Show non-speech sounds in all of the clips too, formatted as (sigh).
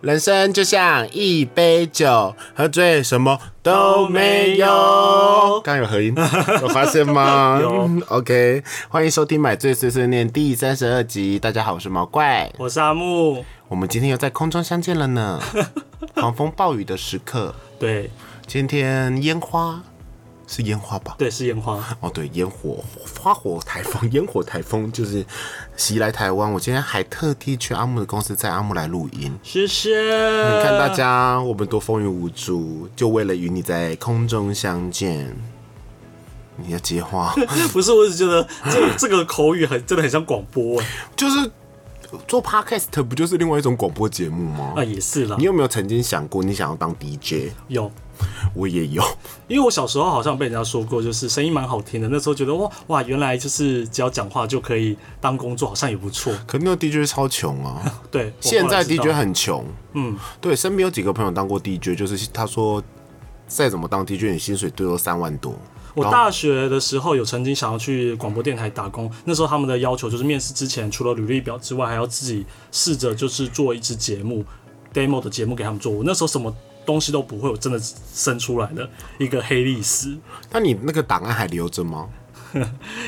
人生就像一杯酒，喝醉什么都没有。 (laughs) 刚刚有合音，有发现吗？有嗯 (laughs) OK，欢迎收听《买醉碎碎念》第三十二集。大家好，我是毛怪，我是阿木，我们今天又在空中相见了 (laughs) 呢。狂风暴雨的时刻，对今天烟花是烟花吧？对，是烟花，哦，对，烟火花火台风， (laughs) 烟火台风就是袭来台湾。我今天还特地去阿木的公司，在阿木来录音。谢谢。你你看大，家，我们多风雨无阻，就为了与你在空中相见。你要 (laughs) 接话， (laughs) 不是，我只觉得这这个口语很真的很像广播哎就是做 podcast 不就是另外一种广播节 (laughs) 目吗？啊，也是啦你，有没有曾经想过你想要当 DJ？有。我也有， (laughs) 因为我小时候好像被人家说过，就是声音蛮好听的。那时候觉得哇哇，原来就是只要讲话就可以当工作，好像也不错。可那个 DJ 超穷啊！对， (laughs) 我现后来在知道 DJ 很穷，嗯，对，身边有几个朋友当过 DJ，就是他说再怎么当 DJ，你薪水最多三万多。我大学的时候有曾经想要去广播电台打工，那时候他们的要求就是面试之前除了履历表之外，还要自己试着就是做一支节目 demo 的节目给他们做。我那时候什么东西都不会，我真的生出来的一个黑历史。那你那个档案还留着吗？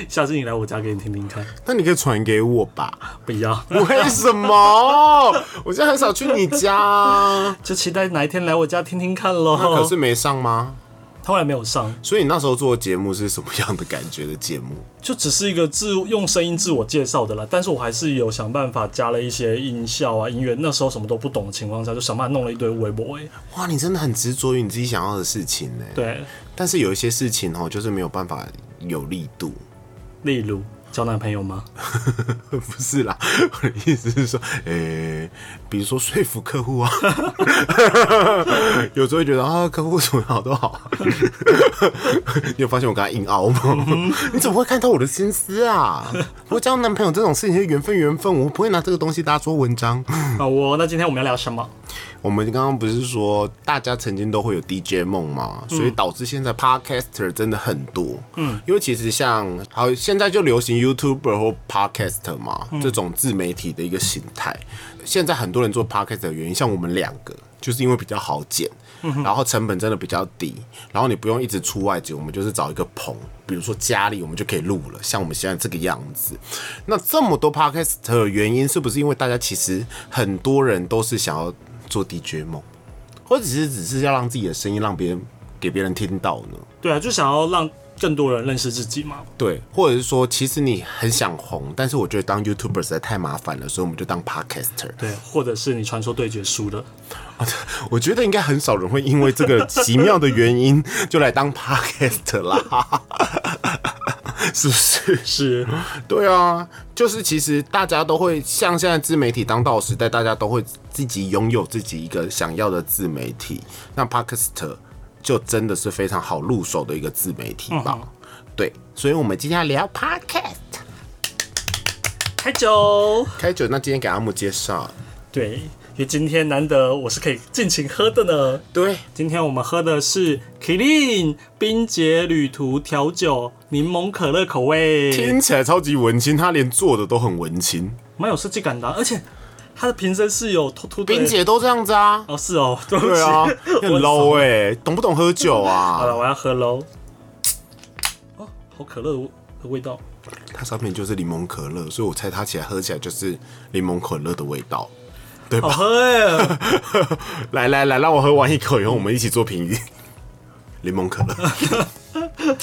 下次你来我家给你听听看，那你可以传给我吧。不要，为什么？我现在很少去你家、啊， (laughs) 就期待哪一天来我家听听看那可喽是。没上吗？他后来没有上，所以你那时候做的节目是什么样的感觉的节目？就只是一个自用声音自我介绍的啦，但是我还是有想办法加了一些音效啊、音乐。那时候什么都不懂的情况下，就想办法弄了一堆微博、欸。哇，你真的很执着于你自己想要的事情呢。。对，但是有一些事情哦，就是没有办法有力度。例如交男朋友吗？ (laughs) 不是啦，我的意思是说，呃、比如说说服客户啊， (laughs) 有时候会觉得啊，客户怎么好都好。 (laughs) 你有发现我跟他硬凹吗？ (laughs) 你怎么会看透我的心思啊？我交男朋友这种事情是缘分，缘分，我不会拿这个东西大做文章。啊，我那今天我们要聊什么？我们刚刚不是说大家曾经都会有 DJ 梦嘛，所以导致现在 Podcaster 真的很多。嗯，因为其实像好现在就流行 YouTuber 或 Podcaster 嘛，这种自媒体的一个形态。现在很多人做 Podcast 的原因，像我们两个，就是因为比较好剪，然后成本真的比较低，然后你不用一直出外景，我们就是找一个棚，比如说家里，我们就可以录了，像我们现在这个样子。那这么多 Podcast 的原因，是不是因为大家其实很多人都是想要做 DJ 梦，或者只是只是要让自己的声音让别人给别人听到呢？对啊，就想要让更多人认识自己嘛。对，或者是说，其实你很想红，但是我觉得当 YouTuber 实在太麻烦了，所以我们就当 Podcaster。对，或者是你传说对决输了，我觉得应该很少人会因为这个奇妙的原因就来当 Podcast 啦， (laughs) 是不是？是对啊，就是其实大家都会像现在自媒体当道的时代，大家都会自己拥有自己一个想要的自媒体。那 Podcast 就真的是非常好入手的一个自媒体吧？对，所以我们今天要聊 Podcast (laughs) 开酒。开酒。那今天给阿木介绍，对，因为今天难得我是可以尽情喝的呢。对，今天我们喝的是 Kirin 冰洁旅途调酒柠檬可乐口味，听起来超级文青，他连做的都很文青，蛮有设计感的啊、而且它的瓶身是有突突的。冰姐都这样子啊。哦，是哦， (laughs) 对不起，对啊，很我 low 哎、懂不懂喝酒好啊？了，我要喝喽。哦，好可乐的味道。它上面就是柠檬可乐，所以我猜它起来喝起来就是柠檬可乐的味道。好喝耶！来来来，让我喝完一口以后，我们一起做评语。 (laughs) 柠檬可乐，又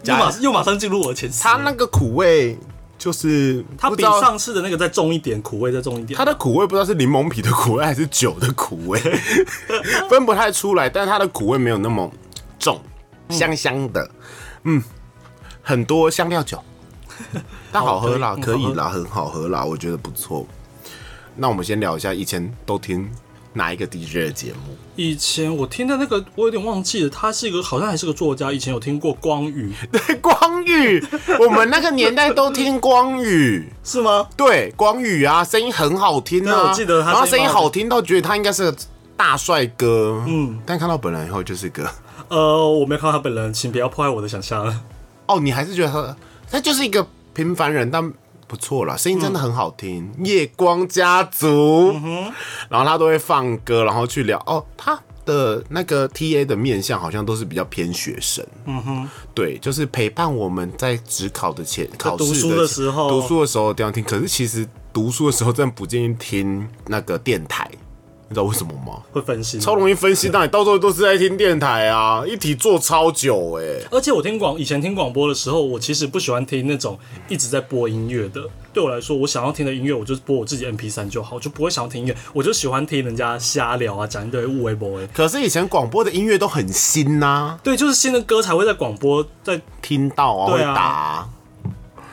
(laughs) 加马又马上进入我的前十，它那个苦味就是它不比知道上次的那个再重一点，苦味再重一点。它的苦味不知道是柠檬皮的苦味还是酒的苦味， (laughs) 分不太出来，但是它的苦味没有那么重，香香的，嗯，很多香料 (laughs) 酒，但好喝啦，好可可以以啦，很好喝啦，我觉得不错。那我们先聊一下以前都听哪一个 DJ 的节目？ (laughs) 以前我听的那个，我有点忘记了，他是一个好像还是个作家，以前有听过光宇，对，光宇，我们那个年代都听光宇。是吗？对，光宇啊，声音很好听对啊，我记得他然后声声音音蛮好好听到觉得他应该是个大帅哥，嗯，但看到本人以后就是个，呃，我没有看到他本人，请不要破坏我的想象。哦，你还是觉得他他就是一个平凡人，但不错啦，声音真的很好听，嗯夜光家族。然后他都会放歌，然后去聊哦，他的那个 T A 的面相好像都是比较偏学生。嗯哼，对，就是陪伴我们在职考的前考试读书的时候读书的时候这样听。可是其实读书的时候真的不建议听那个电台，你知道为什么吗？会分心。超容易分析到你到时候都是在听电台啊，一题做超久哎、而且我听广以前听广播的时候，我其实不喜欢听那种一直在播音乐的。对我来说，我想要听的音乐，我就播我自己 M P 三就好，我就不会想要听音乐。我就喜欢听人家瞎聊啊，讲一堆无为不为。可是以前广播的音乐都很新呐、对，就是新的歌才会在广播在，听到啊会对啊打、啊。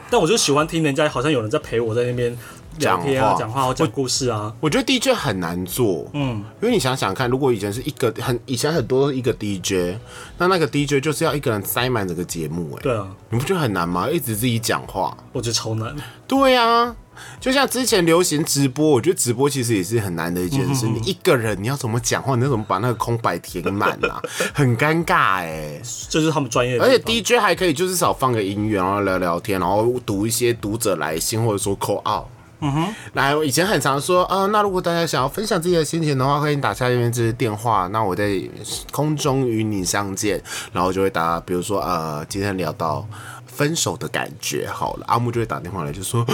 但我就喜欢听人家好像有人在陪我在那边聊天啊、讲讲话、或讲故事啊。我觉得 DJ 很难做，嗯，因为你想想看，如果以前是一个很以前很多都是一个 DJ，那那个 DJ 就是要一个人塞满整个节目、哎，对啊，你不觉得很难吗？一直自己讲话，我觉得超难。对啊，就像之前流行直播，我觉得直播其实也是很难的一件事。嗯你一个人你要怎么讲话，你要怎么把那个空白填满 (laughs) 啊？很尴尬哎、这就是他们专业的而地且方。 DJ 还可以就是少放个音乐，然后聊聊天，然后读一些读者来信或者说 call out。嗯哼，来，我以前很常说，啊、那如果大家想要分享自己的心情的话，可以打下面这支电话，那我在空中与你相见，然后就会打，比如说，呃，今天聊到分手的感觉，好了，阿木就会打电话来，就说，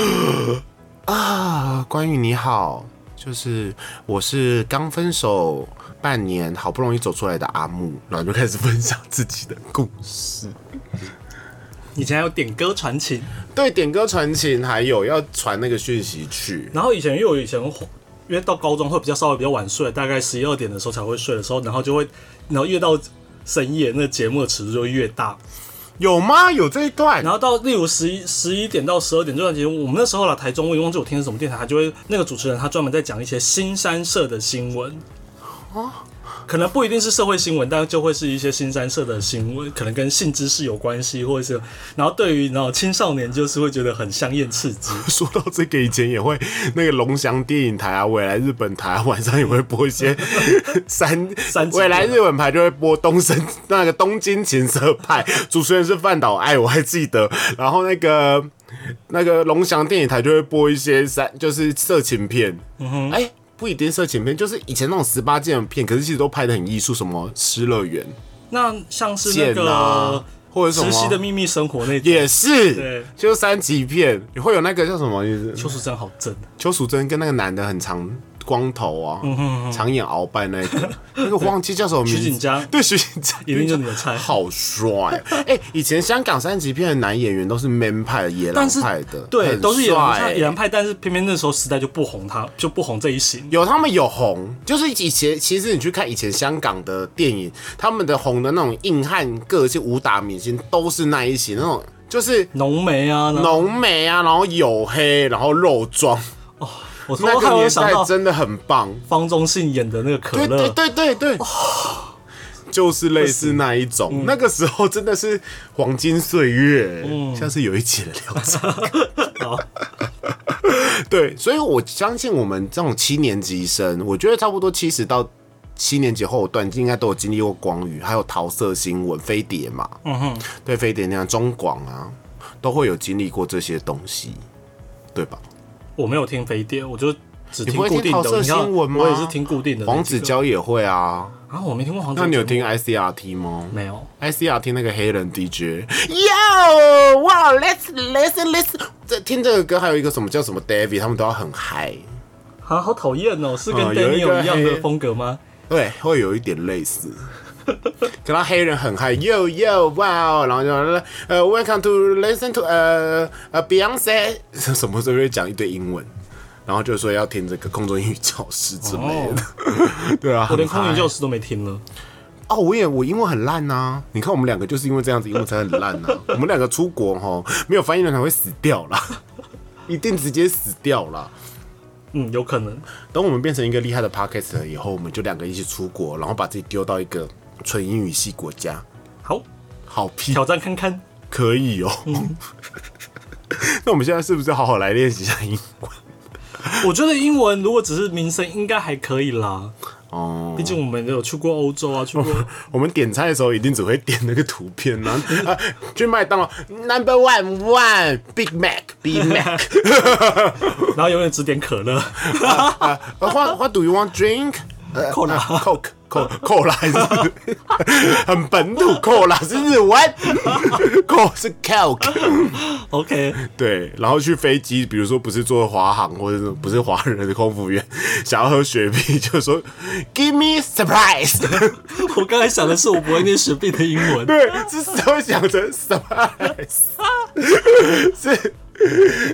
啊，关于你好，就是我是刚分手半年，好不容易走出来的阿木，然后就开始分享自己的故事。以前还有点歌传情，对，点歌传情，还有要传那个讯息去。然后以前因为我以前因为到高中会比较稍微比较晚睡，大概十一二点的时候才会睡的时候，然后就会，然后越到深夜，那节目的尺度就越大。有吗？有这一段？然后到例如十一十一点到十二点这段节目，我们那时候啦，台中我也忘记我听的是什么电台，他就会那个主持人他专门在讲一些新三社的新闻。可能不一定是社会新闻，但就会是一些新三社的新闻，可能跟性知识有关系，或者是，然后对于然后青少年就是会觉得很香艳刺激，说到这个，以前也会那个龙翔电影台啊，未来日本台、啊、晚上也会播 (laughs) 一些三三级啊未来日本台就会播东森那个东京情色派，主持人是范岛爱，我还记得。然后那个那个龙翔电影台就会播一些三就是色情片，嗯哼，哎、不一定色情片，就是以前那种十八禁的片，可是其实都拍的很艺术，什么《失乐园》那像是那见个、啊或者什么实习的秘密生活那种，也是对，就是三级片，也会有那个叫什么，邱淑贞好正，邱淑贞跟那个男的很长光头啊，嗯长眼鳌拜那 (laughs) 个，那个我忘记叫什么名字，徐锦江对徐锦江，一定就是你的菜好帅！哎，以前香港三级片的男演员都是 man 派的、野狼但是派的，对，很都是野狼派，帅野狼派，但是偏偏那时候时代就不红他，就不红这一型。有他们有红，就是以前其实你去看以前香港的电影，他们的红的那种硬汉个性武打明星都是那一型，那种就是浓眉啊，然后浓眉啊，然后黝黑，然后肉壮， (laughs) 我说那我个还有年想代到真的很棒。方中信演的那个可对对乐，对对对， (sighs) 嗯就是类似那一种，那个时候真的是黄金岁月。下次有一集来聊这 (laughs) 个好对，所以我相信我们这种七年级生，我觉得差不多七十到。七年级后段应该都有经历过光宇，还有桃色新闻、飞碟嘛，嗯哼，对飞碟那样中广啊，都会有经历过这些东西，对吧？我没有听飞碟，我就只你听不会固听定桃的。色你看新闻吗？我也是听固定的那几个。黄子佼也会啊，啊，我没听过黄子佼。那你有听 ICRT 吗？没有？ ICRT 那个黑人 DJ。Yo，哇、wow,，Let's listen listen。这 (laughs) 听这个歌还有一个什么叫什么 David，他们都要很嗨。啊，好讨厌哦，是跟嗯 d a 有 n i e 一个一样黑的风格吗？对，会有一点类 (laughs) 似。可他黑人很嗨，Yo Yo Wow，然后就呃、Welcome to listen to 呃呃 Beyonce，什 (laughs) 么时候会讲一堆英文，然后就说要听这个空中英语教室之类的。 (laughs) 对啊，我连很空嗨灵教室都没听了。哦，我也我英文很烂呐、你看我们两个就是因为这样子英文才很烂呐、啊我们两个出国哈，没有翻译人才会死掉啦，一定直接死掉啦。嗯，有可能。等我们变成一个厉害的 podcast 以后，我们就两个一起出国，然后把自己丢到一个纯英语系国家，好，好屁挑战看看。可以哦。 (laughs) 那我们现在是不是好好来练习一下英文？ (laughs) 我觉得英文如果只是名声，应该还可以啦。哦毕，竟我们有去过欧洲啊，去过 (laughs) 我们点菜的时候一定只会点那个图片然后啊，去麦当劳 Number One One Big Mac Big Mac，然后永远只点可乐， (laughs) 呃，What What do you want drink？呃 Cola 啊 Coke Coke Cola 还是 (laughs) 很本土 Cola 是日文 (laughs) ，Coke 是 Coke。 OK，对，然后去飞机，比如说不是坐华航或者是不是华人的空服员，想要喝雪碧，就说 Give me surprise，我刚才想的是我不会念雪碧的英文，对，是会想成 surprise，是。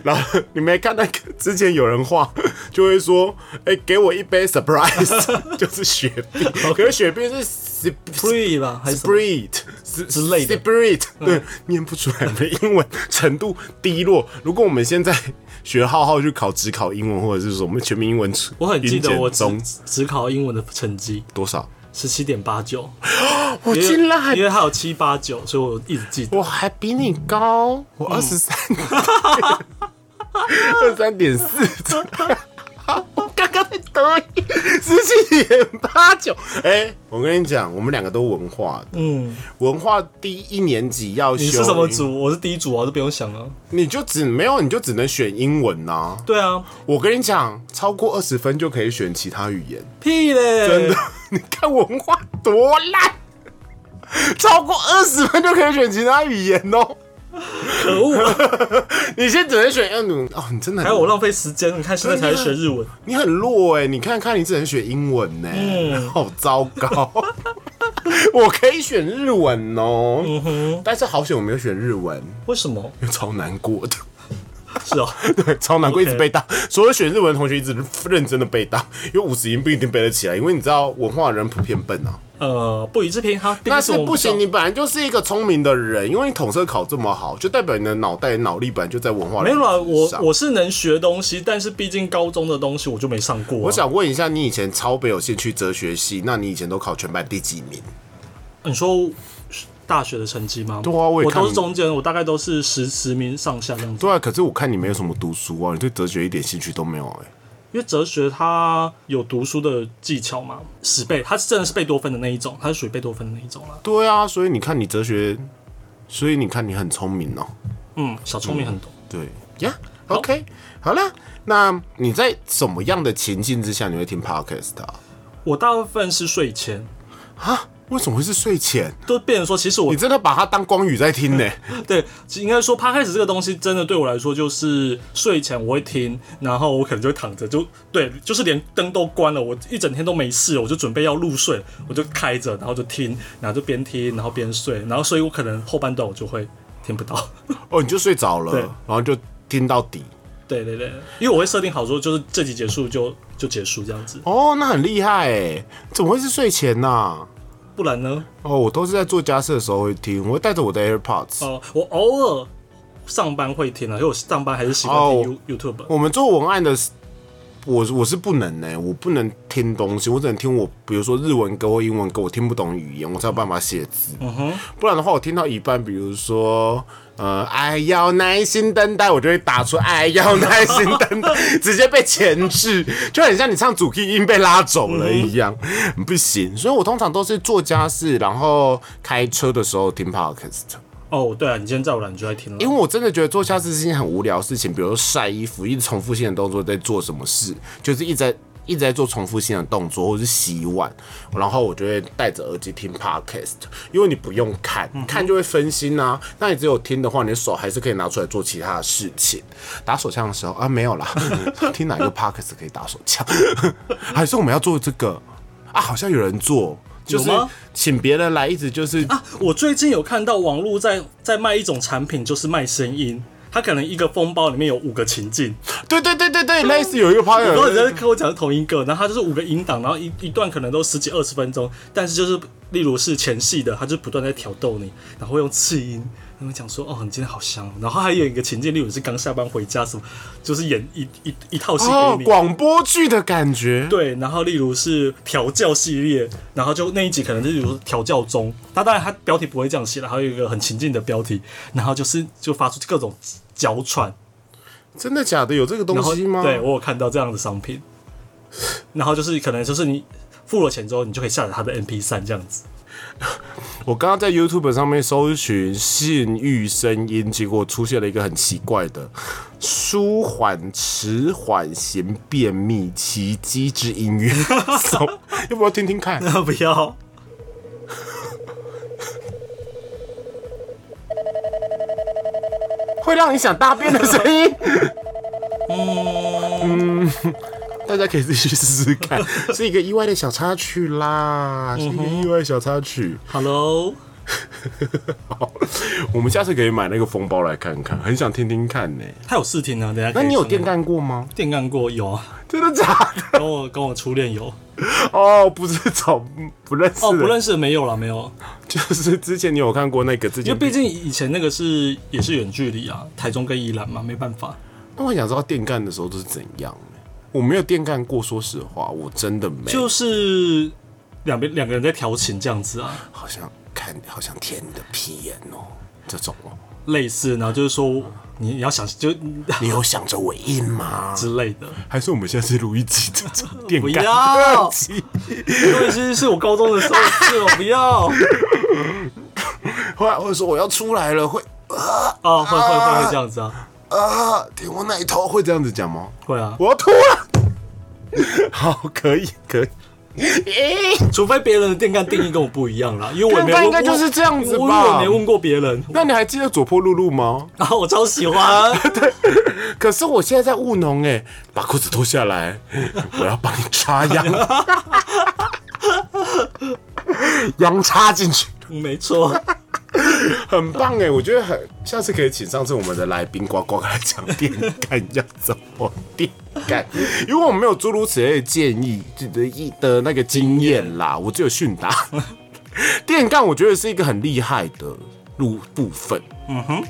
然后你没看那个之前有人画，就会说：“哎、给我一 (laughs) 杯 surprise，就是雪碧。可是雪碧是 sp- free 吧，还是什么 spirit 之之类的嗯 spirit，对，念不出来，我们的英文程度低落。如果我们现在学浩浩去考只考英文，或者是什么全民英文，我很记得我只中只考英文的成绩多少？十七点八 (laughs) 九，我因为竟然还因为它有七八九，所以我一直记 (laughs) 得。我还比你高，嗯我二十三， (laughs) 二三点四。 (laughs) 我刚刚在得意十七点八九，哎，我跟你讲，我们两个都文化的，嗯，文化第一年级要修，你是什么组？我是第一组啊，我都不用想了。你就只没有，你就只能选英文呐、对啊，我跟你讲，超过二十分就可以选其他语言。屁嘞！真的， (laughs) 你看文化多烂，超过二十分就可以选其他语言哦。可 (laughs) 恶！你现在只能选嗯哦，你真的还很有我浪费时间，你看现在啊才学日文，你很弱哎、你看看你只能选英文呢、嗯 (laughs) 好糟糕。 (laughs) 我可以选日文哦，嗯但是好险我没有选日文，为什么？因为超难过的。 (laughs) 是哦，对，超难过，一 OK 直被当。所有选日文的同学一直认真的被当，因为五十音不一定背得起来，因为你知道文化人普遍笨啊。呃，不予置评哈。毕竟那是我们不行，知道你本来就是一个聪明的人，因为你统测考这么好，就代表你的脑袋脑力本来就在文化没人有啦，我之上我是能学东西，但是毕竟高中的东西我就没上过啊、我想问一下，你以前超北有兴趣哲学系，那你以前都考全班第几名？你说大学的成绩吗？对啊我也我看都是中间，我大概都是十十名上下这样子。对啊，可是我看你没有什么读书啊，你对哲学一点兴趣都没有哎、因为哲学它有读书的技巧嘛，死背，它是真的是贝多芬的那一种，它是属于贝多芬的那一种啦。对啊，所以你看你哲学，所以你看你很聪明哦、嗯，小聪明很多。对呀、o k 好了，那你在什么样的情境之下你会听 podcast 啊？我大部分是睡前，啊，为什么会是睡前？都变成说，其实我你真的把它当光语在听呢、对，应该说 p 开始这个东西真的对我来说，就是睡前我会听，然后我可能就会躺着，就对，就是连灯都关了，我一整天都没事，我就准备要入睡，我就开着，然后就听，然后就边听，然后边睡，然后所以我可能后半段我就会听不到。 (laughs) (laughs) 哦，你就睡着了对，然后就听到底。对对对，因为我会设定好说，就是这集结束就就结束这样子，哦，那很厉害哎、怎么会是睡前啊呐、不然呢，哦，我都是在做家事的时候会听，我会带着我的 AirPods。哦、我偶尔上班会听啊，因为我上班还是习惯哦听 You YouTube。我们做文案的是，我我是不能呢、我不能听东西，我只能听我，比如说日文歌或英文歌，我听不懂语言，我才有办法写字。不然的话，我听到一半，比如说。呃，哎，要耐心等待，我就会打出“哎，要耐心等待”，直接被前置， (laughs) 就很像你唱主题音被拉走了一样，不行。所以我通常都是做家事，然后开车的时候听 podcast。哦，对啊，你今天在我懒就在听了，因为我真的觉得做家事是一件很无聊的事情，比如说晒衣服，一直重复性的动作在做什么事，就是一直在一直在做重复性的动作，或者是洗碗，然后我就会戴着耳机听 podcast，因为你不用看，嗯看就会分心啊。那你只有听的话，你的手还是可以拿出来做其他的事情。打手枪的时候啊，没有 (laughs) 啦，听哪一个 podcast 可以打手枪？ (laughs) 还是我们要做这个啊？好像有人做。就是有吗请别人来，一直就是啊，我最近有看到网络在在卖一种产品，就是卖声音。它可能一个封包里面有五个情境，对对对对对，类似有一个 p o 然 d 后你在跟我讲是同一个，然后它就是五个音档，然后一一段可能都十几二十分钟，但是就是例如是前戏的，它就不断在挑逗你，然后会用次音，然后讲说哦你今天好香哦，然后还有一个情境，例如是刚下班回家什么，就是演一一一套戏哦给，你。广播剧的感觉。对，然后例如是调教系列，然后就那一集可能就比如说调教中，它当然它标题不会这样写了，还有一个很情境的标题，然后就是就发出各种娇喘，真的假的？有这个东然后西吗？对我有看到这样的商品，然后就是可能就是你付了钱之后，你就可以下载他的 MP 三这样子。我刚刚在 YouTube 上面搜寻性欲声音，结果出现了一个很奇怪的舒缓迟缓型便秘奇迹之音 (laughs) 乐，So，要不要听听看？ (laughs) 不要，会让你想大便的声音。嗯，大家可以自己去试试 (laughs) 看，是一个意外的小插曲啦，是一个意外的小插曲。 Hello，好， (laughs) 我们下次可以买那个风包来看看，很想听听看呢、他有试听啊，等一下可 (laughs) 那以你有顺便电干过吗？电干过有 (laughs) 啊，真的假的？ (laughs) 跟我跟我初恋有哦，不是找 (laughs) 不认识的，哦，不认识的没有啦，没有，就是之前你有看过那个之因前为，毕竟以前那个是也是远距离啊，台中跟宜兰嘛，没办法。那我很想知道电干的时候都是怎样、我没有电干过，说实话，我真的没，就是两边两个人在调情这样子啊，好像看好像舔你的屁眼哦、这种哦、类似，然后就是说你你要想就你有想着尾音吗？之类的。 (laughs) 还是我们现在是录一集这种 (laughs) 电不干要特 (laughs) 辑？对，其实是我高中的时候的事，我不要后来我说我要出来了，会 (laughs) 啊，会会会会这样子啊，啊舔我奶头，会这样子讲吗？会啊，我要吐了。 (laughs) 好，可以，可以。除非别人的电干定义跟我不一样啦，因为我也没有电干应该问就是这样子吧我因为我没问过别人，那你还记得左坡露露吗？然后我超喜欢， (laughs) 可是我现在在务农哎，把裤子脱下来，我要帮你插 (laughs) 秧，秧插进去，没错，很棒哎，我觉得很，下次可以请上次我们的来宾呱呱来讲电干要怎么电干，因为我没有诸如此类的建议的一的那个经验啦，我只有训达 (laughs) 电干，我觉得是一个很厉害的路部分。 Lose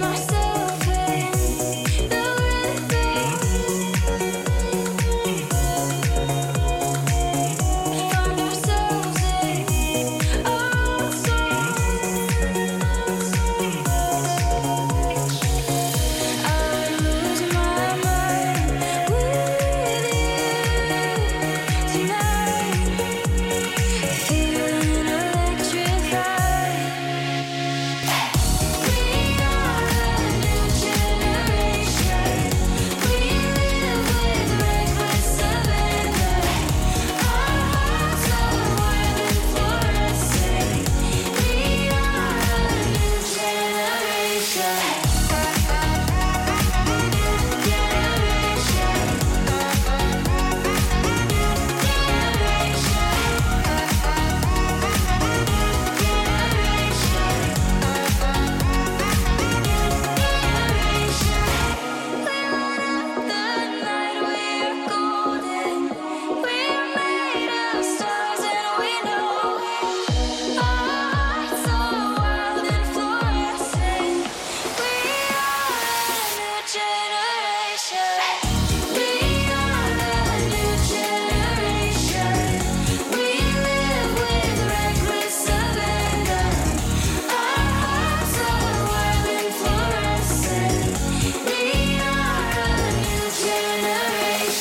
myself in everything. Find ourselves in our songs. I lose my mind with you tonight. Feeling electrified. We are the new generation. We live with reckless surrender. Our hearts are wild for our sake. We are the new generation.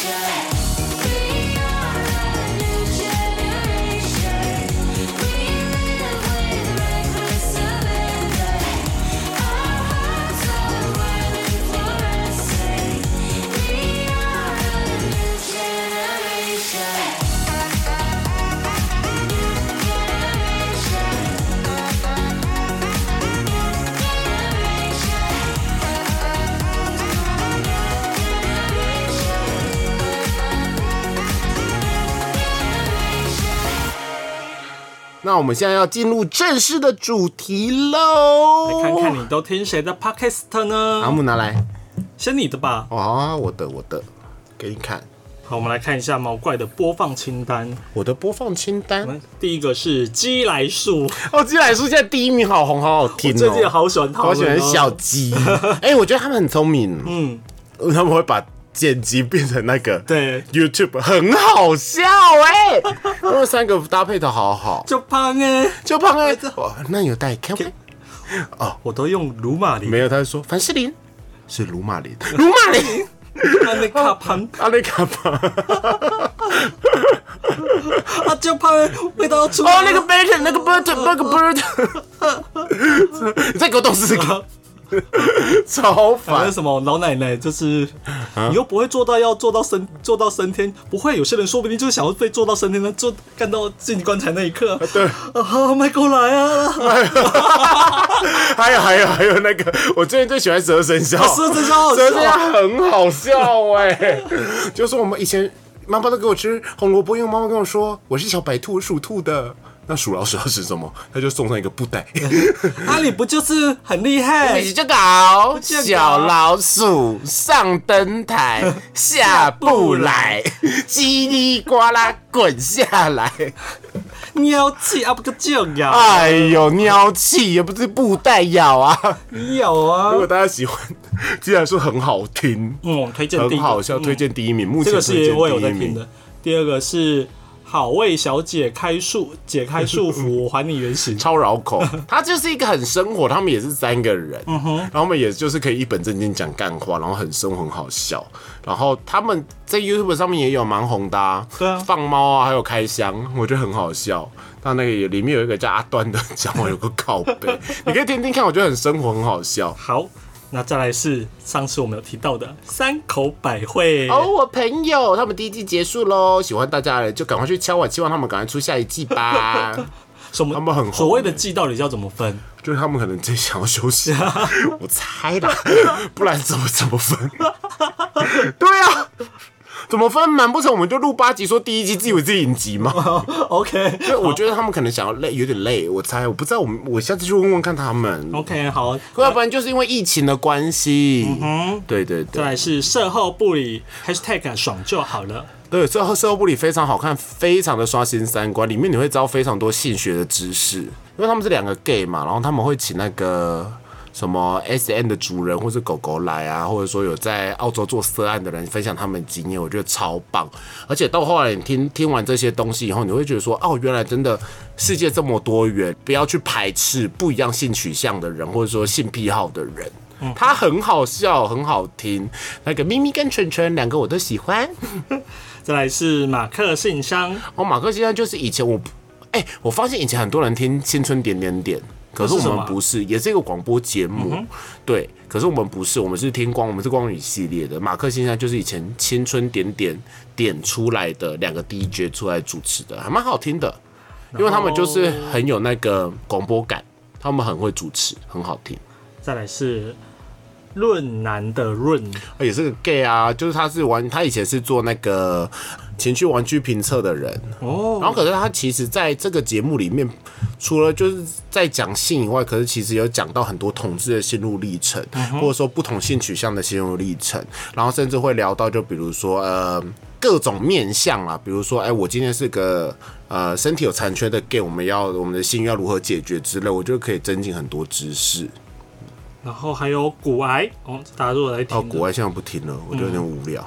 Generation. We are the new generation. We live with reckless surrender. Our hearts are wild for our sake. We are the new generation. 那我们现在要进入正式的主题喽，看看你都听谁的 podcast 阿呢？木拿来，先你的吧。哦好啊，我的我的，给你看好，我们来看一下毛怪的播放清单。我的播放清单我。们第一个是鸡来树，哦，鸡来叔现在第一名好红，好好听、我哦。最近好喜欢他们、哦，好喜欢小 (laughs) 鸡。哎、我觉得他们很聪明，嗯，他们会把剪辑变成那个对 YouTube 很好笑哎、 (laughs) 他们三个搭配的好好，就胖哎、就胖哎、哇那有带 K 吗？我都用鲁马林，没有，他就说凡士林是鲁马林，鲁马林。 (laughs) 啊那那卡潘阿雷卡巴，啊，就怕味道要出来哦，了那个 bird，那个 bird，那个 bird，你 (laughs) 再给我动四个，超还烦有。什么老奶奶，就是啊你又不会做到要做到升做到升天，不会有些人说不定就是想要被做到升天，但做干到进棺材那一刻，对啊，迈过来啊， (laughs) 还有还有还有那个，我最近最喜欢哦十二生肖，十二生肖好笑十二生肖很好笑哎、就是我们以前妈妈都给我吃红萝卜，因为妈妈跟我说我是小白兔，属兔的。那属老鼠要吃什么？他就送上一个布 (laughs) 袋，阿啊里不就是很厉害？就搞就搞老鼠上灯台，下不来，叽里呱啦滚下来。尿气啊，不个叫呀，哎呦，尿气也不是布袋咬啊！有啊如，果大家喜欢，既然说很好听，嗯，推荐第一很个好笑，嗯推荐第一名，目这前个推是荐我有在第一听名。的。第二个是好味小姐开束解开束缚，我还你原形。超绕 (laughs) 口，他就是一个很生活，他们也是三个人，嗯然后我们也就是可以一本正经讲干话，然后很生活很好笑，然后他们在 YouTube 上面也有蛮红的、啊，对啊放猫啊，还有开箱，我觉得很好笑。那那个也里面有一个叫阿端的讲话有个靠背，你可以听听看，我觉得很生活，很好笑。好，那再来是上次我们有提到的三口百惠。哦，我朋友他们第一季结束喽，喜欢大家的就赶快去敲碗，希望他们赶快出下一季吧。什么？他们很红所谓的欸季到底要怎么分？ (laughs) 就是他们可能最想要休息， (laughs) 我猜 (laughs) 的，不然怎么怎么分？对啊，怎么分？难不成我们就录八集，说第一集自以为自己影集 (laughs) 吗？ OK 对，我觉得他们可能想要累，有点累，我猜，我不知道，我们我下次去问问看他们。 OK 好，要不然就是因为疫情的关系，哦嗯，对对再对，来是售后不理 #hashtag 爽就好了。对，最后《社后部里》非常好看，非常的刷新三观，里面你会知道非常多性学的知识，因为他们是两个 gay 嘛，然后他们会请那个什么 S N 的主人或是狗狗来啊，或者说有在澳洲做涉案的人分享他们经验，我觉得超棒。而且到后来你听听完这些东西以后，你会觉得说，哦，原来真的世界这么多元，不要去排斥不一样性取向的人，或者说性癖好的人。他很好笑，很好听。那个咪咪跟纯纯两个我都喜欢。再来是马克信箱，哦，马克先生就是以前我不，哎、我发现以前很多人听《青春点点点》，可是这是什我么嗯们不是，也是一个广播节目，对，可是我们不是，我们是听光，我们是光宇系列的。马克先生就是以前《青春点点点》出来的两个 DJ 出来主持的，还蛮好听的，因为他们就是很有那个广播感，他们很会主持，很好听。再来是润南的润，啊也是个 gay 啊，就是他是玩，他以前是做那个情趣玩具评测的人哦然后可是他其实在这个节目里面，除了就是在讲性以外，可是其实有讲到很多同志的心路历程，或者说不同性取向的心路历程，然后甚至会聊到就比如说呃各种面向啦，比如说哎、我今天是个。呃，身体有残缺的 gay，我们要我们的性欲要如何解决之类，我觉得可以增进很多知识。然后还有骨癌哦，大家都有来听到的。国外现在不听了，我觉得有点无聊。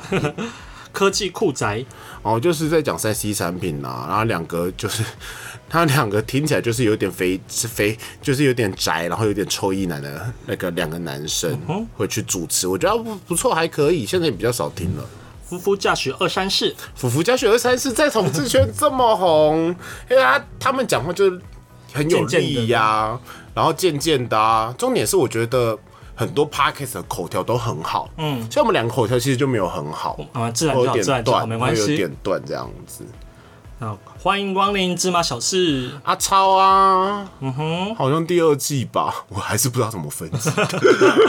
科技酷宅，哦，就是在讲三 C 产品啊，然后两个就是， (laughs) 他两个听起来就是有点肥是肥，就是有点宅，然后有点臭意男的那个两个男嗯生会去主持，我觉得不不错，还可以，现在也比较少听了。夫妇驾驶二三四，福福家学二三是在同志圈这么红， (laughs) 因为他他们讲话就是很有力呀、然后渐渐的啊，重点是我觉得很多 podcast 的口条都很好，嗯，像我们两个口条其实就没有很好，啊自然会就好有自然点就好断，没关会有系点断这样子。啊，欢迎光临芝麻小事。阿超啊，嗯哼，好像第二季吧， (laughs) 我还是不知道怎么分级。 (laughs)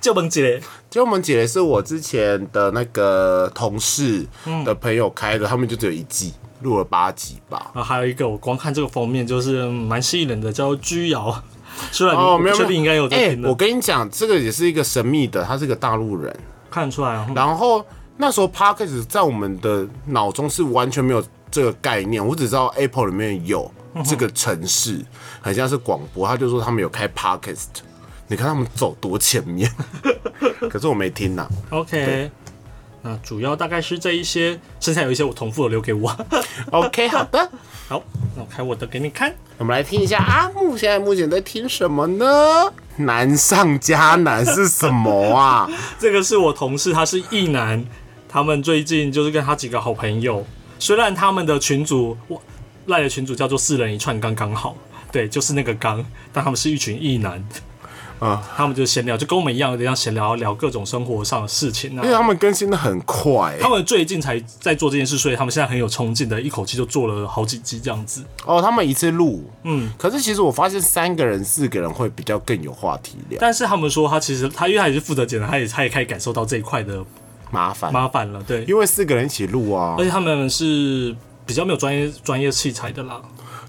就萌姐，就我们姐是我之前的那个同事嗯的朋友开的，他们就只有一季，录了八集吧。啊，还有一个我光看这个封面就是嗯蛮吸引人的，叫做居瑶。 (laughs) 虽然哦，你没我有，确定应该有在哎听，的，我跟你讲，这个也是一个神秘的，他是个大陆人。看得出来哦。然后那时候 p a d k a s 在我们的脑中是完全没有这个概念，我只知道 Apple 里面有这个城市，很像是广播，他就说他们有开 p a d k a s 你看他们走多前面， (laughs) 可是我没听呐、 OK，那主要大概是这一些，剩下有一些我重复的留给我。 (laughs) OK，好的，好，那我开我的给你看。我们来听一下阿木现在目前在听什么呢？难上加难是什么啊？ (laughs) 这个是我同事，他是一男，他们最近就是跟他几个好朋友，虽然他们的群主我赖的群主叫做四人一串刚刚好，对，就是那个刚，但他们是一群异男。啊，他们就闲聊，就跟我们一样，有点像闲聊，聊各种生活上的事情啊因。为他们更新的很快、他们最近才在做这件事，所以他们现在很有冲劲的，一口气就做了好几集这样子。哦，他们一次录，嗯，可是其实我发现三个人、四个人会比较更有话题聊，但是他们说他其实他因为他也是负责剪的，他也他也开始感受到这一块的麻烦，麻烦了，对，因为四个人一起录啊而，且他们是比较没有专业专业器材的啦，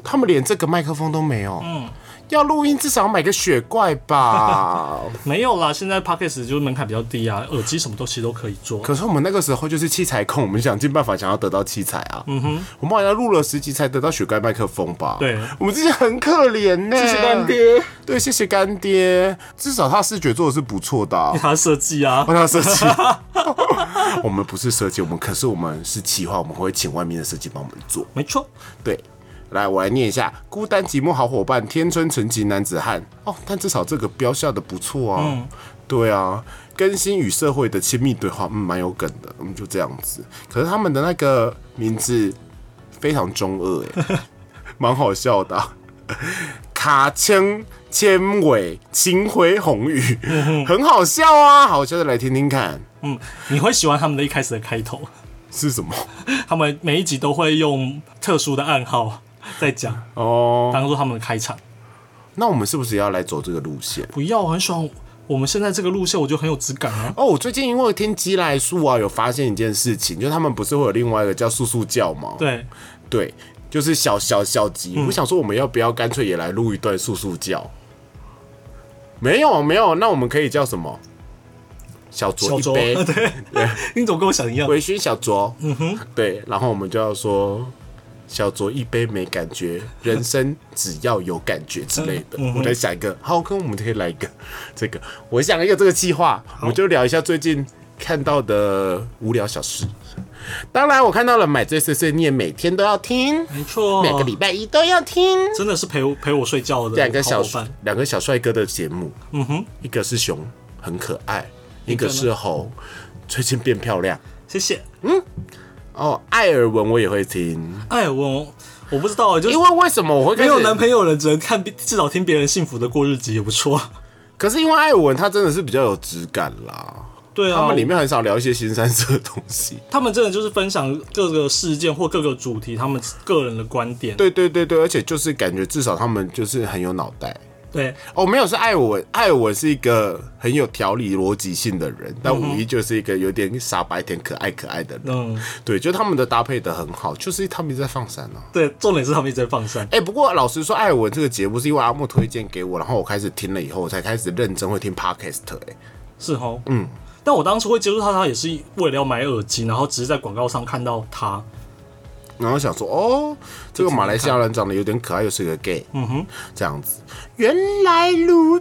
他们连这个麦克风都没有，嗯，要录音至少买个雪怪吧。 (laughs) 没有啦，现在 podcast 就是门槛比较低啊，耳机什么东西都可以做。可是我们那个时候就是器材控，我们想尽办法想要得到器材啊，嗯哼，我们好像录了十集才得到雪怪麦克风吧，对我们之前很可怜呢、谢谢干，爹，对，谢谢干爹，至少他视觉做的是不错 (laughs) 的、啊。他设计啊帮，他设计。 (laughs) 我们不是设计，我们可是我们是企划，我们会请外面的设计帮我们做。没错，对，来，我来念一下：孤单寂寞好伙伴，天真纯情男子汉。哦，但至少这个标下的不错啊。对啊，更新与社会的亲密对话，嗯，蛮有梗的。嗯，就这样子。可是他们的那个名字非常中二、欸，蛮好笑的啊、卡称千尾秦回红雨，很好笑啊！好笑的来听听看嗯，你会喜欢他们的一开始的开头，是什么他们每一集都会用特殊的暗号在讲，哦。当做他们的开场。那我们是不是也要来走这个路线？不要，我很喜欢我们现在这个路线，我就很有质感啊。哦，我最近因为听鸡来素啊，有发现一件事情，就是他们不是会有另外一个叫素素教吗？对，嗯对就是小小小鸡。我想说，我们要不要干脆也来录一段素素教？没有没有，那我们可以叫什么？小小酌周，一杯， (laughs) 对，你怎么跟我想 (laughs) 一样？微醺小酌，嗯哼，对，然后我们就要说小酌一杯没感觉，人生只要有感觉之类的。我来想一个，好，跟我们可以来一个这个，我想一个这个计划，我们就聊一下最近看到的无聊小事。当然，我看到了买醉碎碎念，每天都要听，没错，每个礼拜一都要听。真的是陪我陪我睡觉的两个好小伙伴。两个小帅哥的节目，嗯哼，一个是熊，很可爱，一个呢是猴，最近变漂亮。谢谢。哦，艾尔文我也会听，哎，我我不知道，就是因为为什么我会开没始有男朋友了，只能看至少听别人幸福的过日子也不错。可是因为艾尔文他真的是比较有质感啦，对啊，他们里面很少聊一些新三色的东 (laughs) 西。他们真的就是分享各个事件或各个主题，他们个人的观点。对对对对，而且就是感觉至少他们就是很有脑袋。对哦，没有，是艾尔文，艾尔文是一个很有条理、逻辑性的人，但五一就是一个有点傻白甜、可爱可爱的人。嗯，对，就他们的搭配的很好，就是他们一直在放闪啊。对，重点是他们一直在放散。哎、不过老实说，艾尔文这个节目是因为阿莫推荐给我，然后我开始听了以后，我才开始认真会听 podcast、哎，是哦，嗯。但我当时会接触到他，也是为了要买耳机，然后只是在广告上看到他。然后想说，哦，这个马来西亚人长得有点可爱，又是个 gay，嗯哼，这样子，原来如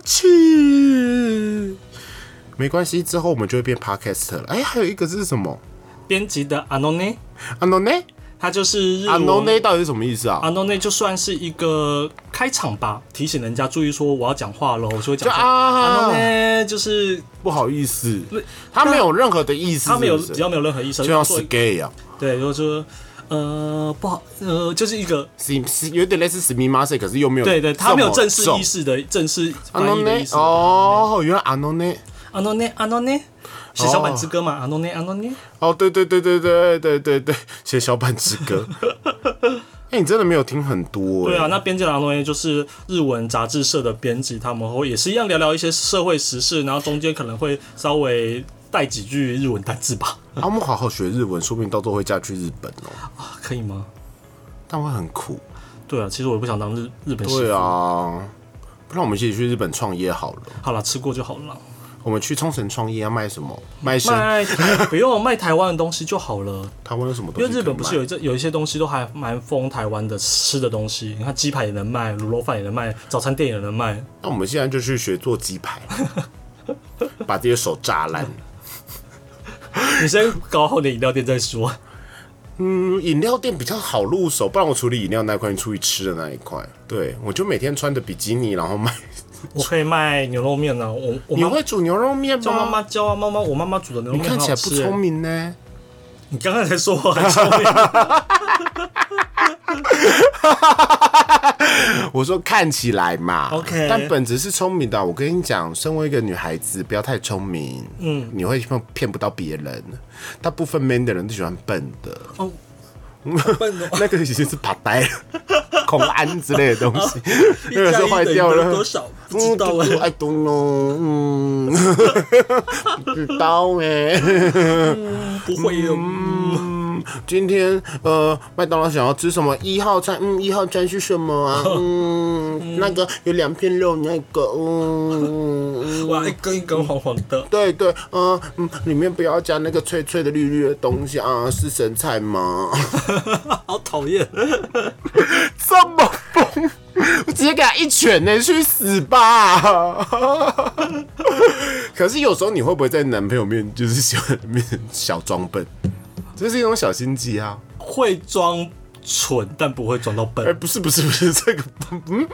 此。没关系，之后我们就会变 podcast 了。哎、还有一个是什么？编辑的阿诺内，阿诺内，他就是日阿诺文内到底是什么意思啊？阿诺内就算是一个开场吧，提醒人家注意说我要讲话喽，所以就讲说阿诺啊，内就是不好意思，他没有任何的意思，他没有是不只是要没有任何意思，就像做是一 gay 啊，对，就是说呃不好呃就是一个是是有点类似史密马塞，可是又没有对对，他没有正式意思。识的正式阿翻诺译的意内思。哦，原来阿诺内阿诺内阿诺内，写小板之歌嘛，阿诺内阿诺内，哦，对对对对对对对对，写小板之 (laughs) 歌。哎、你真的没有听很多、欸。对啊，那编辑的阿诺内就是日文杂志社的编辑，他们会也是一样聊聊一些社会时事，然后中间可能会稍微带几句日文单字吧， (laughs) 阿木好好学日文，说不定到时候会嫁去日本哦、啊可以吗？但会很苦。对啊，其实我也不想当日日本媳妇对，啊，不然我们一起去日本创业好了。好了，吃过就好了啦，我们去冲绳创业要卖什么？卖身？卖 (laughs) 台不用卖台湾的东西就好了，台湾有什么东因西为日可以卖？本不是有一这有一些东西都还蛮封台湾的吃的东西，你看鸡排也能卖，卤肉饭也能卖，早餐店也能卖，那我们现在就去学做鸡 (laughs) 排，把自己的手炸烂。你先搞好你的饮料店再说。嗯，饮料店比较好入手，不然我处理饮料那一块，你处理吃的那一块。对，我就每天穿着比基尼，然后卖。 (laughs) 我可以卖牛肉面呢、啊我我你妈会煮牛肉面教妈吗？妈教啊，妈妈我妈妈煮的牛肉你面看很起好来不吃、聪欸。明呢。你刚刚才说 (laughs) 我很聪明，我说看起来嘛 OK 但本质是聪明的啊。我跟你讲，身为一个女孩子，不要太聪明，嗯，你会骗骗不到别人。大部分 man 的人都喜欢笨的， (laughs) 哦，笨的那个已经是把呆了，孔安之类的东西，那个是坏掉 (laughs) 一加一等于了多。少？不知 (laughs) 道哎、 I don't know，嗯， (laughs) 不知道哎、不会有。嗯，今天呃，麦当劳想要吃什么一号餐？嗯，一号餐是什么啊？嗯，那个有两片肉，那个 (laughs) 嗯，嗯哇，一根一根黄黄的，对对，嗯嗯，里面不要加那个脆脆的绿绿的东西啊，是生菜吗？好讨厌！这么疯，我直接给他一拳呢、去死吧！ (laughs) 可是有时候你会不会在男朋友面就是喜欢面小装笨？这是一种小心机啊！会装蠢，但不会装到笨哎、。不是不是不是这个，嗯，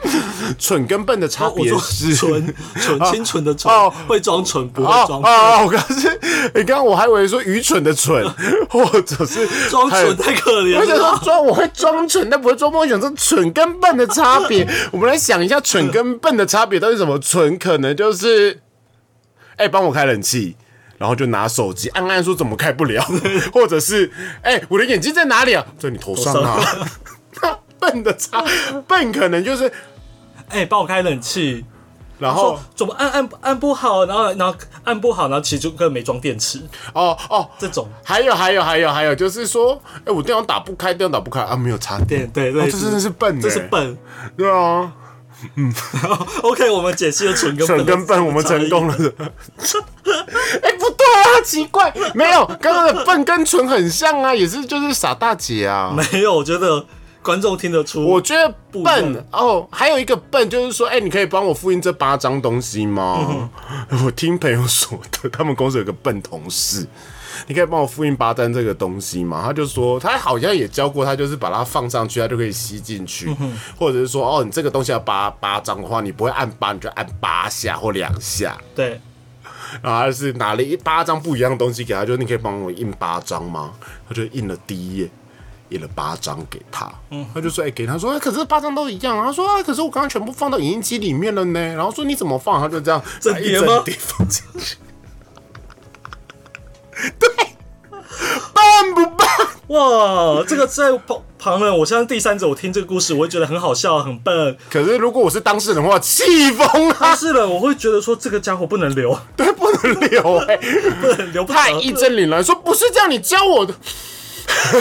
蠢跟笨的差哦我别说 (laughs) 是蠢蠢清纯的蠢哦，会装蠢不会哦装哦笨。哦！我刚刚是，你刚刚我还以为说愚蠢的蠢，或者是 (laughs) 装蠢太可怜我想说了。装，我会装蠢，但不会装笨。我想说蠢跟笨的差 (laughs) 别，我们来想一下蠢跟笨的差别到底是什么？蠢可能就是，哎、帮我开冷气。然后就拿手机按按说怎么开不 (laughs) 了，或者是哎、我的眼睛在哪里啊？在你头上啊。 (laughs) 笨的差，笨可能就是，哎，帮我开冷气。然后哦，怎么按按按不好，然后然后按不好，然后其实就跟没装电池哦哦，这种。还有还有还有还有，就是说，哎、我电脑打不开，电脑打不开啊，没有插对电，对哦对，这真的是笨、欸，这是，笨。 (laughs) 对啊， OK，我们解析了蠢跟蠢跟笨，我们成功了。 (laughs) 哎、不对啊，奇 (laughs) 怪，没有，刚刚的笨跟蠢很像啊，也是就是傻大姐啊。没有，我觉得观众听得出。我觉得不一样笨哦，还有一个笨就是说，哎、你可以帮我复印这八张东西吗？ (laughs) 我听朋友说的，他们公司有个笨同事，你可以帮我复印八张这个东西吗？他就说他好像也教过他，就是把它放上去，它就可以吸进去，或者是说哦，你这个东西要八八张的话，你不会按八，你就按八下或两下。对，然后他是拿了一八张不一样的东西给他，就是你可以帮我印八张吗？他就印了第一页，印了八张给他。他就说：“哎、给他说，哎可是八张都一样啊。”他说：“啊，可是我刚刚全部放到影印机里面了呢。”然后说：“你怎么放？”他就这样整把一叠吗整叠放进去。对，笨不笨？哇，这个在旁旁人，我相信第三者，我听这个故事，我会觉得很好笑，很笨。可是如果我是当事人的话，气疯啊！但是呢，我会觉得说这个家伙不能留， (laughs) 对，不能留哎、不能留不派得一真凛然说：“不是这样，你教我的。” (laughs)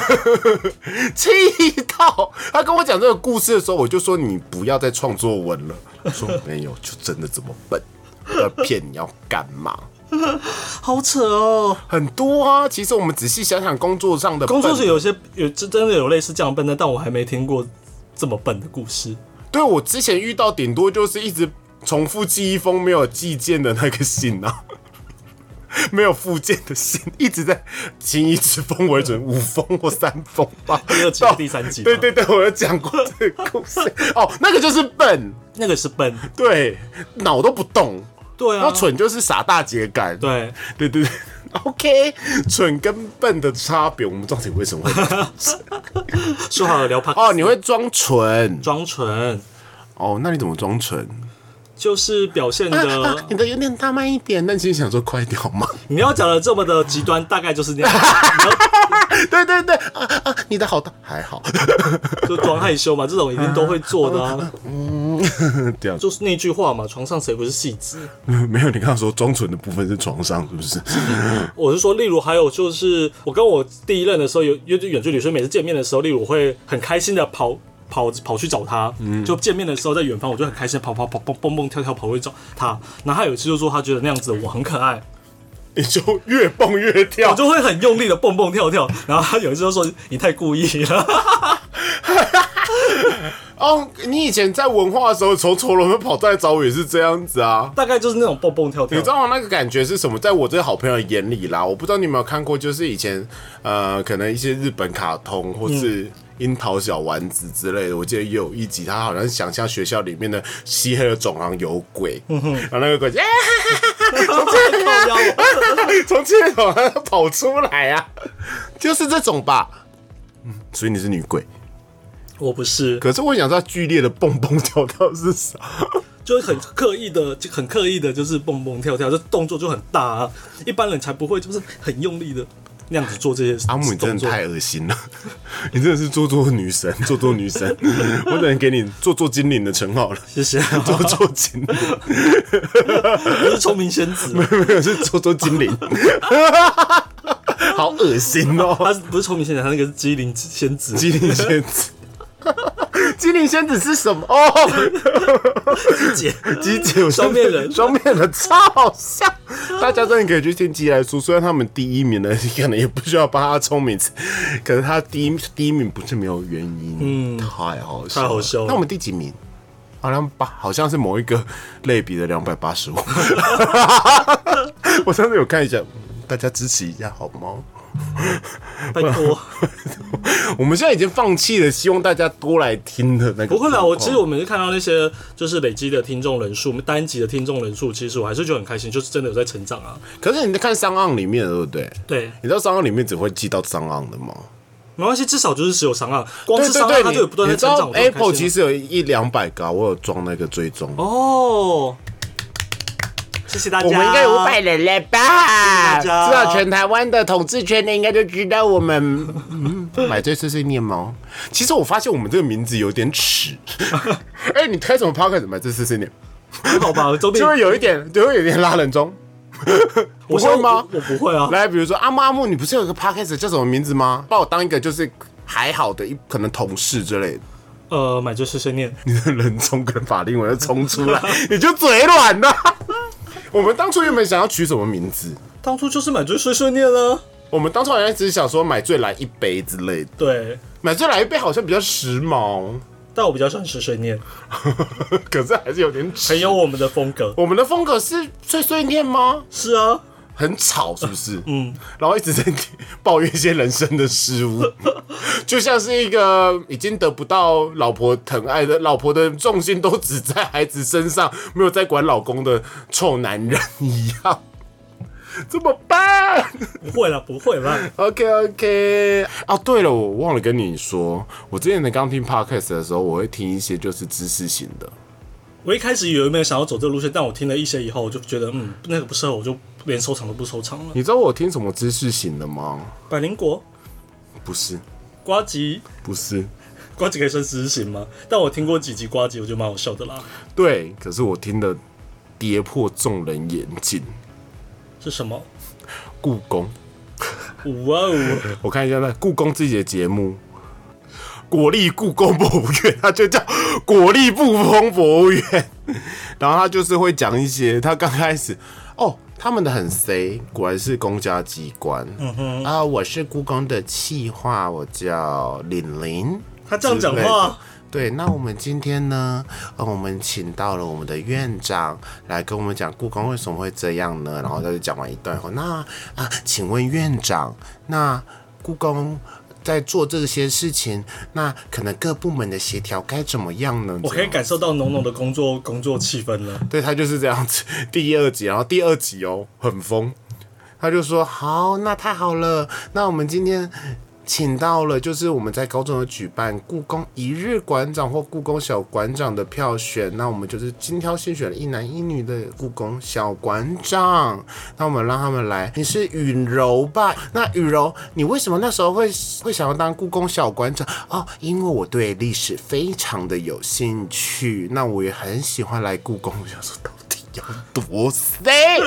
气到他跟我讲这个故事的时候，我就说：“你不要再创作文了。”他说：“没有，就真的这么笨，要骗你要干嘛好扯哦。？”很多啊，其实我们仔细想想，工作上的工作笨是有些有真真的有类似这样笨蛋，但我还没听过这么笨的故事。对我之前遇到顶多就是一直重复寄一封没有寄件的那个信啊， (laughs) 没有附件的信，一直在请以一直封为准，五封或三封吧。第二集到第三集吧对对对，我有讲过这个故事。哦，那个就是笨，那个是笨，对，脑都不动。对啊那，蠢就是傻大姐感。对，对对对。OK，蠢跟笨的差别，我们到底为什么会？说好了聊 (laughs) 怕哦，你会装蠢装蠢，哦？那你怎么装蠢？就是表现啊啊 (laughs) 的 (laughs) 你的有点大慢一点，但其实想说快点好吗？ (laughs) 你要讲的这么的极端，大概就是那样， (laughs) 对对对，啊啊，你的好大还好， (laughs) 就装害羞嘛，这种一定都会做的 (laughs) 啊。这样就是那句话嘛，床上谁不是戏子？没有。你刚刚说装蠢的部分是床上是 (laughs) 不是？我是说，例如还有就是，我跟我第一任的时候，有因为远距离，所以每次见面的时候，例如我会很开心的跑跑跑去找他，就见面的时候在远方，我就很开心地跑跑跑蹦蹦蹦跳跳跑去找他。然后他有一次就说他觉得那样子我很可爱，你就越蹦越我跳，就会很用力的蹦蹦跳跳。然后他有一次就说你太故意了，哦，你以前在文化的时候，从从龙门跑再找我也是这样子啊。大概就是那种蹦蹦跳你跳知。道吗？那个感觉是什么？在我这个好朋友的眼里啦，我不知道你有没有看过，就是以前呃，可能一些日本卡通或嗯是樱桃小丸子之类的。我记得也有一集，他好像想象学校里面的漆黑的走廊有鬼，嗯然后那个鬼就哎靠腰 (laughs) 从这种跑出来啊！就是这种吧。嗯，所以你是女鬼。我不是，可是我想知道剧烈的蹦蹦跳跳是啥？就是很刻意的，就很刻意的，就是蹦蹦跳跳，这动作就很大啊，一般人才不会就是很用力的那样子做这些阿木，你真动的作。太恶心了， (laughs) 你真的是做作女神，做作女 (laughs) 神，我只能给你做作精灵的称号了。谢谢，做作精灵，我是聪明仙子，啊没有是做作精灵，好恶心哦！他是不是聪明仙子，他那个是机灵仙子， (laughs) 精灵仙子， (laughs) 精灵仙子是什么？哦，姐，机姐双面人 (laughs) 双面人超好笑。大家真的可以去听鸡来说，虽然他们第一名呢，你可能也不需要帮他聪明，可是他第一第一名不是没有原因，嗯，太好笑了，太好笑了那我们第几名？好像八，好像是某一个类别的两百八十五。 (laughs) 我上次有看一下，大家支持一下好吗？拜 (laughs) 托，我们现在已经放弃了，希望大家多来听的那个状况。不会啦。我其实我每次看到那些就是累积的听众人数，单集的听众人数，其实我还是觉得很开心，就是真的有在成长啊。可是你在看商案里面，对不对？对，你知道商案里面只会记到商案的吗？没关系，至少就是只有商案，光对是对商对，案它就有不断你在知成长。道我就很开心 Apple 啊其了实有一两百个啊，我有装那个追踪。哦，谢谢大家，我们应该有五百人了吧？谢谢大至家少全台湾的统治圈的应该都知道我们、嗯、买醉碎碎念吗？其实我发现我们这个名字有点 (laughs) 耻。哎、你开什么 podcast 买醉碎碎念，好吧，周边就会有一点，就会有一点拉人中。不我会吗？我不会啊，来，比如说阿木阿木，你不是有个 podcast 叫什么名字吗？把我当一个就是还好的一可能同事之类的。呃，买醉碎碎念，你的 (laughs) 人中跟法令纹要冲出来， (laughs) 你就嘴软了。 (laughs) 我们当初原本想要取什么名字？当初就是买醉碎碎念啊了，我们当初好像只是想说买醉来一杯之类的，对，买醉来一杯好像比较时髦， (laughs) 但我比较喜欢碎碎念，可是还是有点很很有。我们的风格，我们的风格是碎碎念吗？是啊，很吵是不是？嗯，然后一直在抱怨一些人生的失误， (laughs) 就像是一个已经得不到老婆疼爱的老婆的重心都只在孩子身上，没有在管老公的臭男人一样。 (laughs) 怎么办不会啦，不会啦， ？OK OK 啊，对了，我忘了跟你说，我之前的刚听 podcast 的时候，我会听一些就是知识型的， (laughs) 我一开始以为没有想要走这个路线，但我听了一些以后，我就觉得嗯，那个不适合，我就连收藏都不收藏了。你知道我听什么知识型的吗？百灵果、不是，瓜吉，不是，瓜吉可以算知识型吗？但我听过几集瓜吉，我觉得蛮好笑的啦。对，可是我听的跌破众人眼镜。是什么？故宫，哇哦！ (laughs) 我看一下那故宫自己的节目，国立故宫博物院，它就叫国立故宫博物院。然后他就是会讲一些，他刚开始哦，他们的很 C，果然是公家机关。嗯哼，啊，我是故宫的企划，我叫玲玲。他这样讲话，对，那我们今天呢，呃，我们请到了我们的院长来跟我们讲故宫为什么会这样呢？然后他就讲完一段以后，那啊、请问院长，那故宫在做这些事情，那可能各部门的协调该怎么样呢？我可以改，感受到浓浓的工作工作气氛了。对他就是这样子。 (laughs) 第二集，然后第二集哦，很疯，他就说好，那太好了，那我们今天。请到了，就是我们在高中有举办故宫一日馆长或故宫小馆长的票选，那我们就是精挑细选了一男一女的故宫小馆长，那我们让他们来。你是雨柔吧？那雨柔，你为什么那时候会会想要当故宫小馆长？哦，因为我对历史非常的有兴趣，那我也很喜欢来故宫。我想说，到底要多 (laughs) 塞？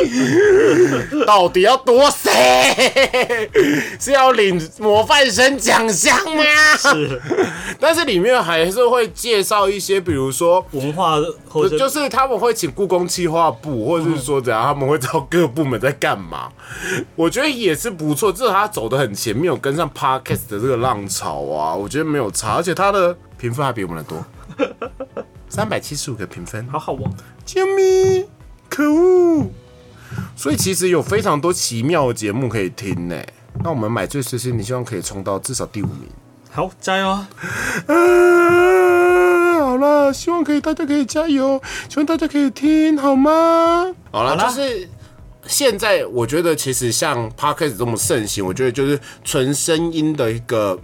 (laughs) 到底要多谁？ (laughs) 是要领模范生奖项吗？是但是里面还是会介绍一些，比如说。文化或者嗯就是他们会请故宫企划部，或者是说怎样，他们会知道各部门在干嘛。我觉得也是不错，至少他走得很前面，有跟上 podcast 的这个浪潮啊，我觉得没有差，而且他的评分还比我们的 (laughs) 多，三百七十五个评分，好好哦。救命！可恶！所以其实有非常多奇妙的节目可以听呢。那我们买醉碎碎，你希望可以冲到至少第五名。好，加油啊！啊，好了，希望可以，大家可以加油，希望大家可以听好吗？好了，好啦就是现在我觉得其实像 podcast 这么盛行，我觉得就是纯声音的一个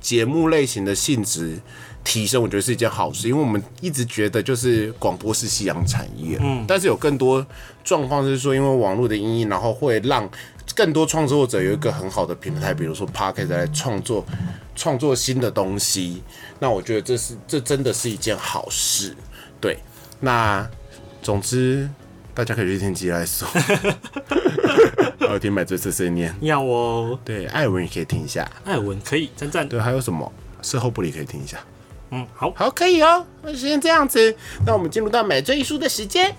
节目类型的性质提升，我觉得是一件好事，因为我们一直觉得就是广播是夕阳产业，嗯，但是有更多状况是说，因为网络的音译，然后会让更多创作者有一个很好的平台，比如说 podcast 来创作创作新的东西，那我觉得这是这真的是一件好事，对，那总之。大家可以去听吉来说，还有听买醉碎碎念。要我对，艾文也可以听一下。艾文可以赞赞，对，还有什么事后不理可以听一下。嗯，好，好，可以哦。那先这样子，那我们进入到买醉一书的时间。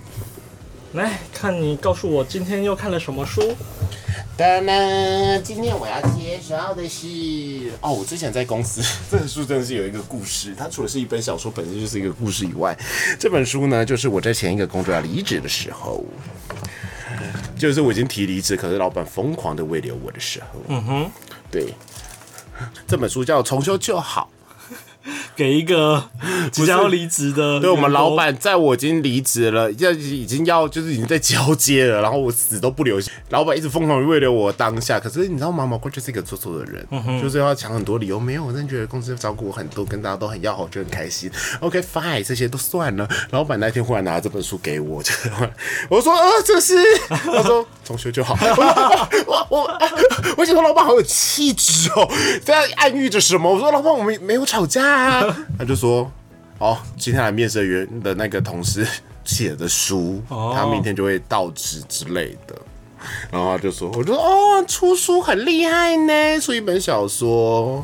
来看你告诉我今天又看了什么书？当然，今天我要介绍的是哦，我之前在公司， (laughs) 这本书真的是有一个故事。它除了是一本小说，本身就是一个故事以外，这本书呢，就是我在前一个工作要离职的时候，就是我已经提离职，可是老板疯狂的慰留我的时候。嗯哼，对， (laughs) 这本书叫《重修就好》。给一个即将要离职的，对我们老，板，在我已经离职了，要已经要就是已经在交接了，然后我死都不留，老板一直疯狂地慰留我当下。可是你知道吗？毛怪就是一个做作的人，就是要讲很多理由。没有，我真的觉得公司照顾我很多，跟大家都很要好，我就很开心。OK fine，这些都算了。老板那天忽然拿这本书给我，就我说呃，这是他说重修就好。我我我我想说老板好有气质哦，在暗喻着什么？我说老板我们没有吵架啊，他就说。哦，今天来面试的员的那个同事 (laughs) 写的书，哦他明天就会到职之类的。然后他就说，我就说哦，出书很厉害呢，出一本小说。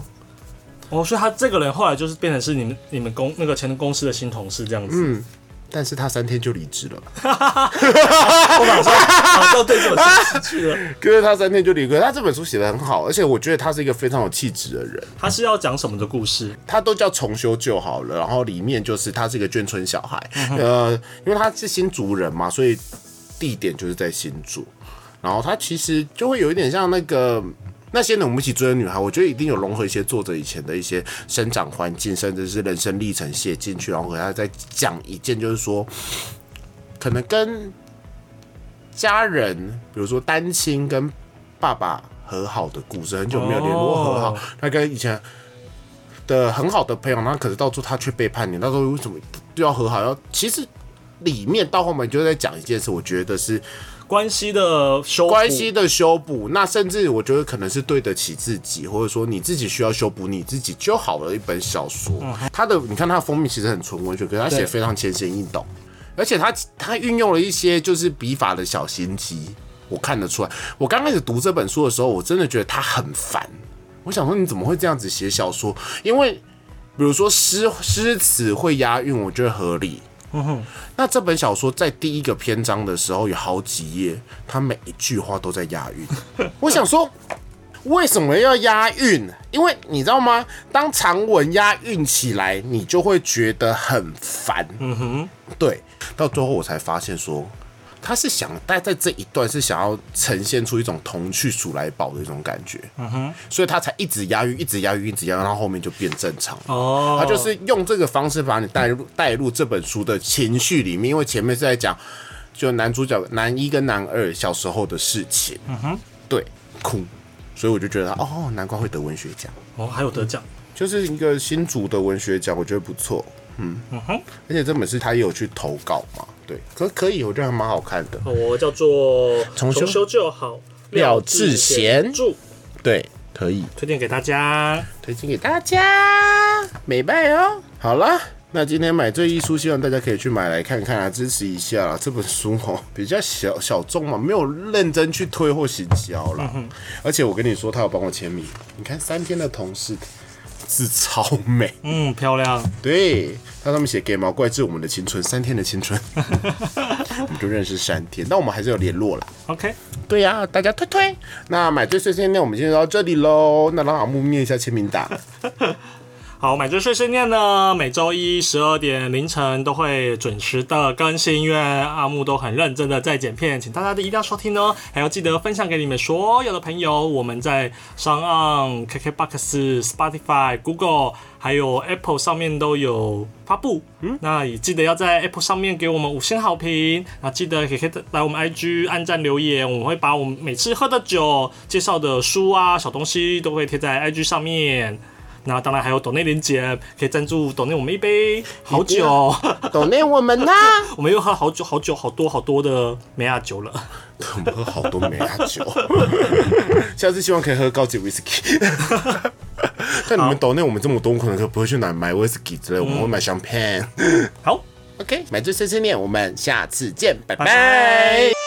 哦，所以他这个人后来就是变成是你们你们公那个前公司的新同事这样子。嗯但是他三天就离职了，我马上马上对这种事失去了。可是他三天就离职。他这本书写的很好，而且我觉得他是一个非常有气质的人。他是要讲什么的故事？他都叫重修就好了，然后里面就是他是一个眷村小孩，呃，因为他是新竹人嘛，所以地点就是在新竹，然后他其实就会有一点像那个。那些呢，我们一起追的女孩，我觉得一定有融合一些作者以前的一些生长环境，甚至是人生历程写进去，然后给他再讲一件，就是说，可能跟家人，比如说单亲跟爸爸和好的故事，很久没有联络和好哦，他跟以前的很好的朋友，那可是到最后他却背叛你，那时候为什么要和好？要其实里面到后面就在讲一件事，我觉得是关系的修复关系的修补，那甚至我觉得可能是对得起自己，或者说你自己需要修补你自己就好了。一本小说，它的你看它的封面其实很纯文学，可是它写嗯对得非常浅显易懂，而且它它运用了一些就是笔法的小心机，我看得出来。我刚开始读这本书的时候，我真的觉得它很烦，我想说你怎么会这样子写小说？因为比如说诗诗词会押韵，我觉得合理。那这本小说在第一个篇章的时候有好几页，它每一句话都在押韵。 (laughs) 我想说，为什么要押韵？因为你知道吗？当长文押韵起来，你就会觉得很烦。嗯哼，对。到最后我才发现说，他是想待在这一段是想要呈现出一种童趣鼠来宝的一种感觉。嗯哼，所以他才一直押韵，一直押韵，一直押韵，然后后面就变正常了。哦，他就是用这个方式把你带入带入这本书的情绪里面，因为前面是在讲就男主角男一跟男二小时候的事情，嗯哼，对，哭，所以我就觉得哦，难怪会得文学奖，哦，还有得奖，就是一个新竹的文学奖，我觉得不错，嗯嗯哼，而且这本书他也有去投稿嘛，对，可可以，我觉得还蛮好看的，我叫做重修就好，廖智贤著，对，可以。推荐给大家。推荐给大家，美拜哦。好啦，那今天买醉一书，希望大家可以去买来看看啊，支持一下啦。这本书哦， (laughs) 比较小小众嘛，没有认真去推或行销啦。而且我跟你说，他有帮我签名，你看三天的同事字超美，嗯，漂亮。对，他上面写“给毛怪致我们的青春，三天的青 (laughs) 春”，我们就认识三天，但我们还是有联络啦。 OK，对呀、大家推推。那买醉碎碎念，我们今天就到这里喽。那让阿木念一下签名档。好，买醉碎碎念呢，每周一十二点凌晨都会准时的更新，因为阿木都很认真的在剪片，请大家一定要收听哦，还要记得分享给你们所有的朋友。我们在上岸、KKBox、Spotify、Google 还有 Apple 上面都有发布，嗯，那也记得要在 Apple 上面给我们五星好评，那记得也可以来我们 IG 按赞留言，我们会把我们每次喝的酒、介绍的书啊、小东西都会贴在 IG 上面。那当然还有抖内连接，可以赞助抖内我们一杯好酒。哦懂内我们呢？ (laughs) 我们又喝好久、好久、好多、好多的梅亚酒了。 (laughs) 我们喝好多梅亚 (laughs) 酒，下次希望可以喝高级 (laughs) whisky。但你们岛内我们这么多，我可能可不会去哪买 whisky 之类，我们会买 champagne。好， OK，买醉碎碎念，我们下次见，拜拜拜拜